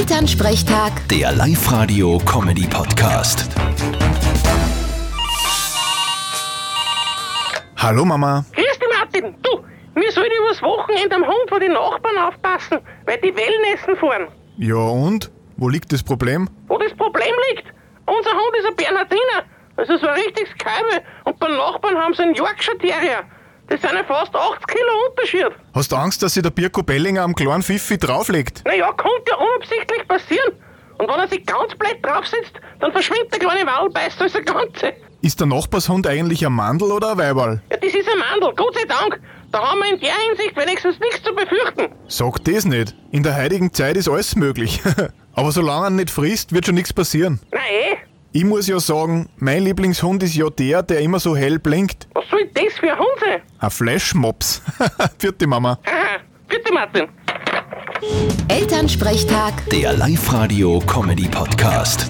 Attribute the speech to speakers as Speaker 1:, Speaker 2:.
Speaker 1: Elternsprechtag,
Speaker 2: Der Live-Radio-Comedy-Podcast.
Speaker 3: Hallo Mama.
Speaker 4: Grüß dich, Martin. Du, wir sollen übers Wochenende am Hund von den Nachbarn aufpassen, weil die Wellen essen fahren.
Speaker 3: Ja und? Wo liegt das Problem?
Speaker 4: Wo das Problem liegt, unser Hund ist ein Bernhardiner. Also so ein richtiges Kalbe. Und beim Nachbarn haben sie einen Yorkshire Terrier. Das sind ja fast 80 Kilo Unterschied.
Speaker 3: Hast du Angst, dass sich der Birko Bellinger am kleinen Fifi drauflegt?
Speaker 4: Naja, konnte ja unabsichtlich passieren. Und wenn er sich ganz blöd draufsetzt, dann verschwindet der kleine Walbeißer als der Ganze.
Speaker 3: Ist der Nachbarshund eigentlich ein Mandel oder ein Weiberl?
Speaker 4: Ja, das ist ein Mandel, Gott sei Dank. Da haben wir in der Hinsicht wenigstens nichts zu befürchten.
Speaker 3: Sag das nicht. In der heutigen Zeit ist alles möglich. Aber solange er nicht frisst, wird schon nichts passieren.
Speaker 4: Na eh,
Speaker 3: Ich muss ja sagen, mein Lieblingshund ist ja der, der immer so hell blinkt.
Speaker 4: was soll das für ein Hund sein?
Speaker 3: Ein Flashmops. Vierte Mama.
Speaker 4: Aha, bitte Martin.
Speaker 1: Elternsprechtag.
Speaker 2: Der Live-Radio-Comedy-Podcast.